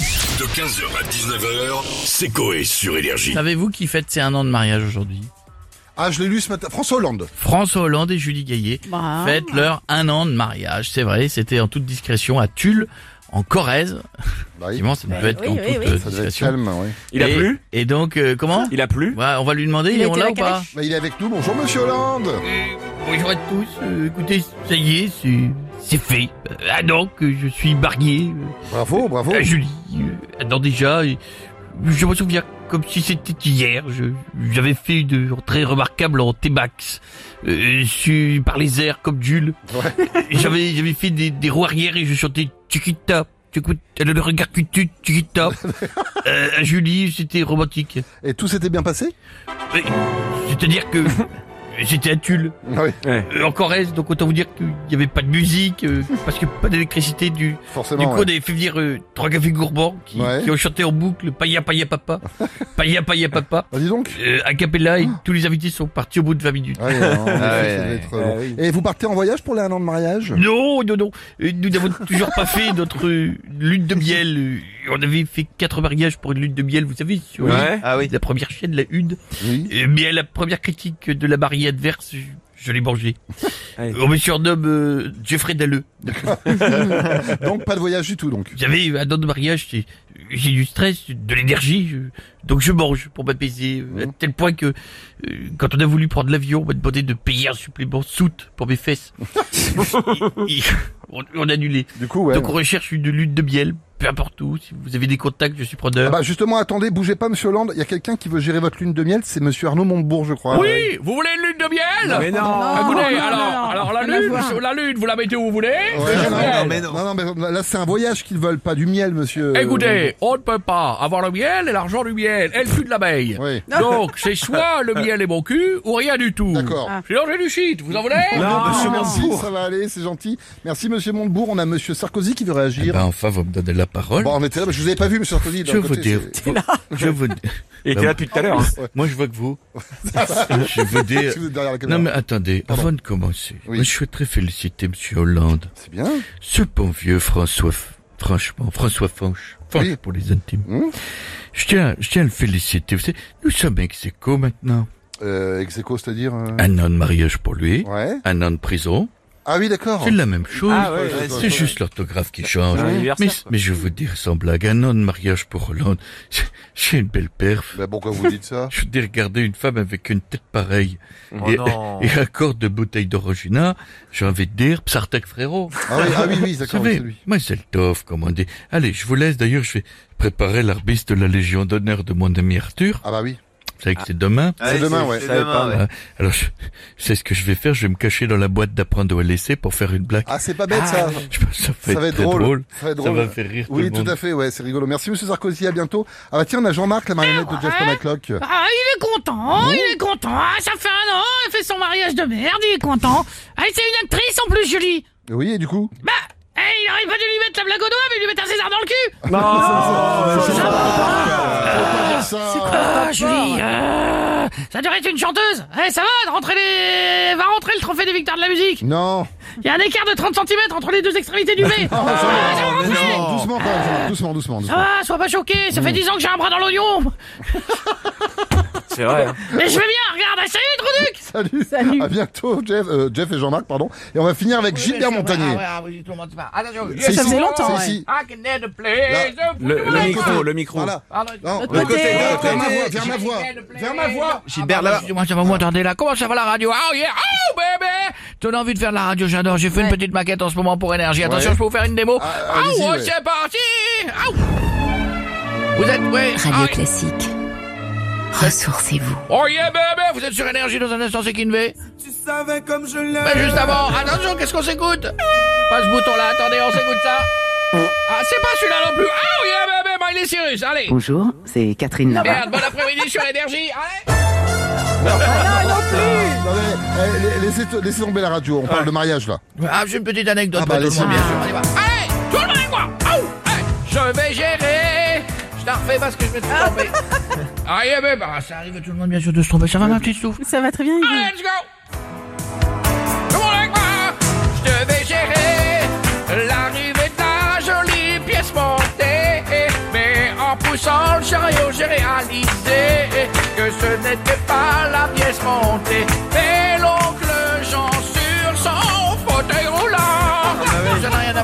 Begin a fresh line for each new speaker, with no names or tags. De 15h à 19h, c'est Coé sur Énergie.
Savez-vous qui fête ses un an de mariage aujourd'hui
Ah, je l'ai lu ce matin. François Hollande.
François Hollande et Julie Gaillet
Bah.
fêtent leur un an de mariage. C'est vrai, c'était en toute discrétion à Tulle, en Corrèze.
Bah, il-
Effectivement, ça devait être
oui,
en
oui,
toute
oui.
euh,
ça devait être
discrétion.
calme, oui.
Il a
Et-
plu
Et donc, euh, comment
Il a plu
Ouais, On va lui demander,
Il
ils
a
on
été
l'a
à
ou
la
pas
calèche.
Bah, il est avec nous. Bonjour, monsieur Hollande.
Bonjour à tous. Euh, écoutez, ça y est, c'est- c'est fait. Euh, Un an que je suis marié euh,
Bravo, bravo.
à Julie. Euh, Un an déjà. et je me souviens comme si c'était hier. Je- J'avais fait une entrée remarquable en T-Max. Euh, su- par les airs comme Jules.
Ouais.
Et J'avais j'avais fait des, des roues arrière et je chantais Chiquita. T'écoutes, elle a le regard qui tue, Chiquita. Euh, à Julie, c'était romantique.
Et tout s'était bien passé
Mais, C'est-à-dire que c'était à Tulle,
Oui,
euh, en Corrèze, donc autant vous dire qu'il n'y avait pas de musique, euh, parce que pas d'électricité. Du, du
forcément.
coup,
ouais.
on avait fait venir euh, trois cafés gourmands qui,
Ouais.
qui ont chanté en boucle Paya Paya Papa, Paya Paya Papa,
Ah, dis donc.
euh, a cappella, et tous les invités sont partis au bout de 20 minutes.
Ah Ouais, en effet, ça
ouais,
devait
ouais.
être,
Ah,
euh,
oui.
Et vous partez en voyage pour les un an de mariage
Non, non, non. Euh, Nous n'avons toujours pas fait notre euh, lune de miel. Euh, On avait fait quatre mariages pour une lune de miel, vous savez, sur
Ouais.
euh,
Ah
la première chaîne, la une.
Oui.
Euh, Mais à la première critique de la mariée adverse, je, je l'ai mangé.
Allez.
On me surnomme euh, Jeffrey Dalleux.
Donc, pas de voyage du tout, donc.
J'avais un an de mariage, j'ai j'ai du stress, de l'énergie, je- donc je mange pour m'apaiser,
Mhm.
euh, à tel point que euh, quand on a voulu prendre l'avion, on m'a demandé de payer un supplément soute pour mes fesses. Et- et- on, on a annulé.
Du coup, ouais.
Donc on recherche une lune de miel, peu importe où, si vous avez des contacts, je suis
Ah
preneur.
bah justement, attendez, bougez pas, monsieur Hollande. Il y a quelqu'un qui veut gérer votre lune de miel, c'est monsieur Arnaud Montebourg, je crois.
Oui, vous voulez une lune de
Ah,
miel
Mais non,
Non.
Écoutez,
non,
alors,
non, non.
alors la
Rien à
lune,
voir.
vous- la lune, vous la mettez où vous voulez.
Ouais, non, non,
miel.
mais non. non, non, mais là, c'est un voyage qu'ils veulent, pas du miel, monsieur.
Écoutez, on ne peut pas avoir le miel et l'argent du miel et le fût de l'abeille.
Oui.
Donc, c'est soit le miel et mon cul ou rien du tout.
D'accord.
Sinon, j'ai du shit, vous en voulez
Non, monsieur
Ah, bah, merci,
Montebourg.
ça va aller, c'est gentil. Merci, monsieur Montebourg. On a monsieur Sarkozy qui veut réagir.
Bah, enfin, vous me donnez la parole.
Bon, on était là, mais je vous avais pas vu, monsieur Sarkozy. d'un
Eh ben, je
côté,
veux dire,
c'est-
je veux,
Il était là depuis tout à l'heure. hein.
moi je vois que vous, je veux dire,
Si vous êtes derrière la
Non
caméra.
mais attendez,
Pardon.
avant de commencer,
Oui.
moi, je souhaiterais féliciter Monsieur Hollande.
C'est bien.
Ce bon vieux François, F- franchement, François Fanche, Fanche
Oui.
pour les intimes.
Mmh.
Je tiens, je tiens à le féliciter. Vous savez, nous sommes ex aequo maintenant.
Euh, ex aequo, c'est-à-dire. euh,
Un an de mariage pour lui,
Ouais.
un an de prison,
Ah oui, d'accord.
c'est la même chose.
Ah ouais, ouais,
C'est juste l'orthographe qui change.
Un
Mais,
anniversaire, quoi.
mais je veux dire sans blague, un an de mariage pour Hollande, c'est- c'est une belle perf.
Bah, pourquoi vous dites ça
Je veux dire, regarder une femme avec une tête pareille et,
Oh, non.
et un corps de bouteille d'orangina, j'ai envie de dire Psartek frérot.
ah, oui, ah oui, oui,
Vous
d'accord, oui,
savez,
c'est lui.
moi c'est le tof, comme on dit. Allez, je vous laisse d'ailleurs, je vais préparer l'arbitre de la Légion d'honneur de mon ami Arthur.
Ah bah oui.
Vous savez que c'est demain.
Ah C'est demain, ouais.
Je savais pas, ouais.
Alors, je, c'est ce que je vais faire, je vais me cacher dans la boîte d'apprendre au LSC pour faire une blague.
Ah, c'est pas bête, ça.
Je pense que ça va
Ça
être,
va être
très
drôle.
drôle.
Ça va être
Ça
drôle.
va faire rire tout le
Oui, tout,
monde.
à fait, ouais, c'est rigolo. Merci, monsieur Sarkozy, à bientôt. Ah bah tiens, on a Jean-Marc, la marionnette de Jeff Panaclock.
Ah, il est content, il est content. Ah, ça fait un an, elle fait son mariage de merde, il est content. Ah, c'est une actrice en plus, Julie.
Oui, et du coup
Bah, eh, il aurait pas dû lui mettre la blague au doigt, mais lui mettre un César dans le cul.
Ah, Ça,
Ah, Julie, euh, ça devrait être une chanteuse. Eh, ça va, de rentrer les... va rentrer le trophée des victoires de la musique.
Non.
Il y a un écart de 30 cm entre les deux extrémités du V.
Ah, ça
Ah,
va,
ça va
mais
rentrer.
non. Doucement, quand même, Jean-Marc, doucement, doucement,
Ça
Ah,
doucement.
va, sois pas choqué, ça fait 10 ans que j'ai un bras dans l'oignon.
C'est vrai. hein.
Mais je vais bien, regarde, ah, salut, Truduc.
Salut.
Salut.
À bientôt, Jeff, euh, Jeff et Jean-Marc, pardon. Et on va finir avec Gilbert Montagnier. C'est ici,
Ça faisait longtemps,
C'est
ouais.
ici.
Le, le
Là.
micro, le micro.
Voilà.
Pardon.
Non,
L'autre côté.
vers vers ma voix, vers ma voix.
Vers ma voix
Gilbert, là.
Excusez-moi, ça va vous entendez là. Comment ça va la radio Oh yeah Oh bébé T'en as envie de faire de la radio, j'adore. J'ai fait une
Ouais.
petite maquette en ce moment pour énergie. Attention,
Ouais.
je peux vous faire une démo.
Ah,
Ah
allez-y,
ouais,
ouais.
c'est parti Ah, ouais. Vous êtes ouais.
Radio
ah,
Classique. Ressourcez-vous.
Oh yeah bébé, vous êtes sur énergie dans un instant, c'est Kinvé. Tu savais comme je l'ai. Mais juste avant, attention, qu'est-ce qu'on s'écoute Pas ce bouton là, attendez, on s'écoute ça. Ah, c'est pas celui-là non plus. Ah oh, yeah bébé, Miley Cyrus, allez.
Bonjour, c'est Catherine Nava.
Merde, bon après-midi sur énergie, allez.
Non, mais, eh, la- laissez, laissez tomber la radio, on parle de mariage là.
Ah, j'ai une petite anecdote
Ah bah,
pour tout le
laissez-
啊
monde, bien sûr. Allez, va. Allez, tout le monde avec moi. Aou, hey, je vais gérer. Je la refais parce que je me suis trompé. Ah, yeah, mais bah, ça arrive à tout le monde, bien sûr, de se tromper. Ça va, Ah, ma petite souffle
Ça va très bien, Yves.
Allez, let's go. Tout le monde avec moi. Je vais gérer l'arrivée de la jolie pièce montée. Mais en poussant le chariot, j'ai réalisé que ce n'était pas la pièce montée, mais l'oncle Jean sur son fauteuil roulant. Ça n'a rien à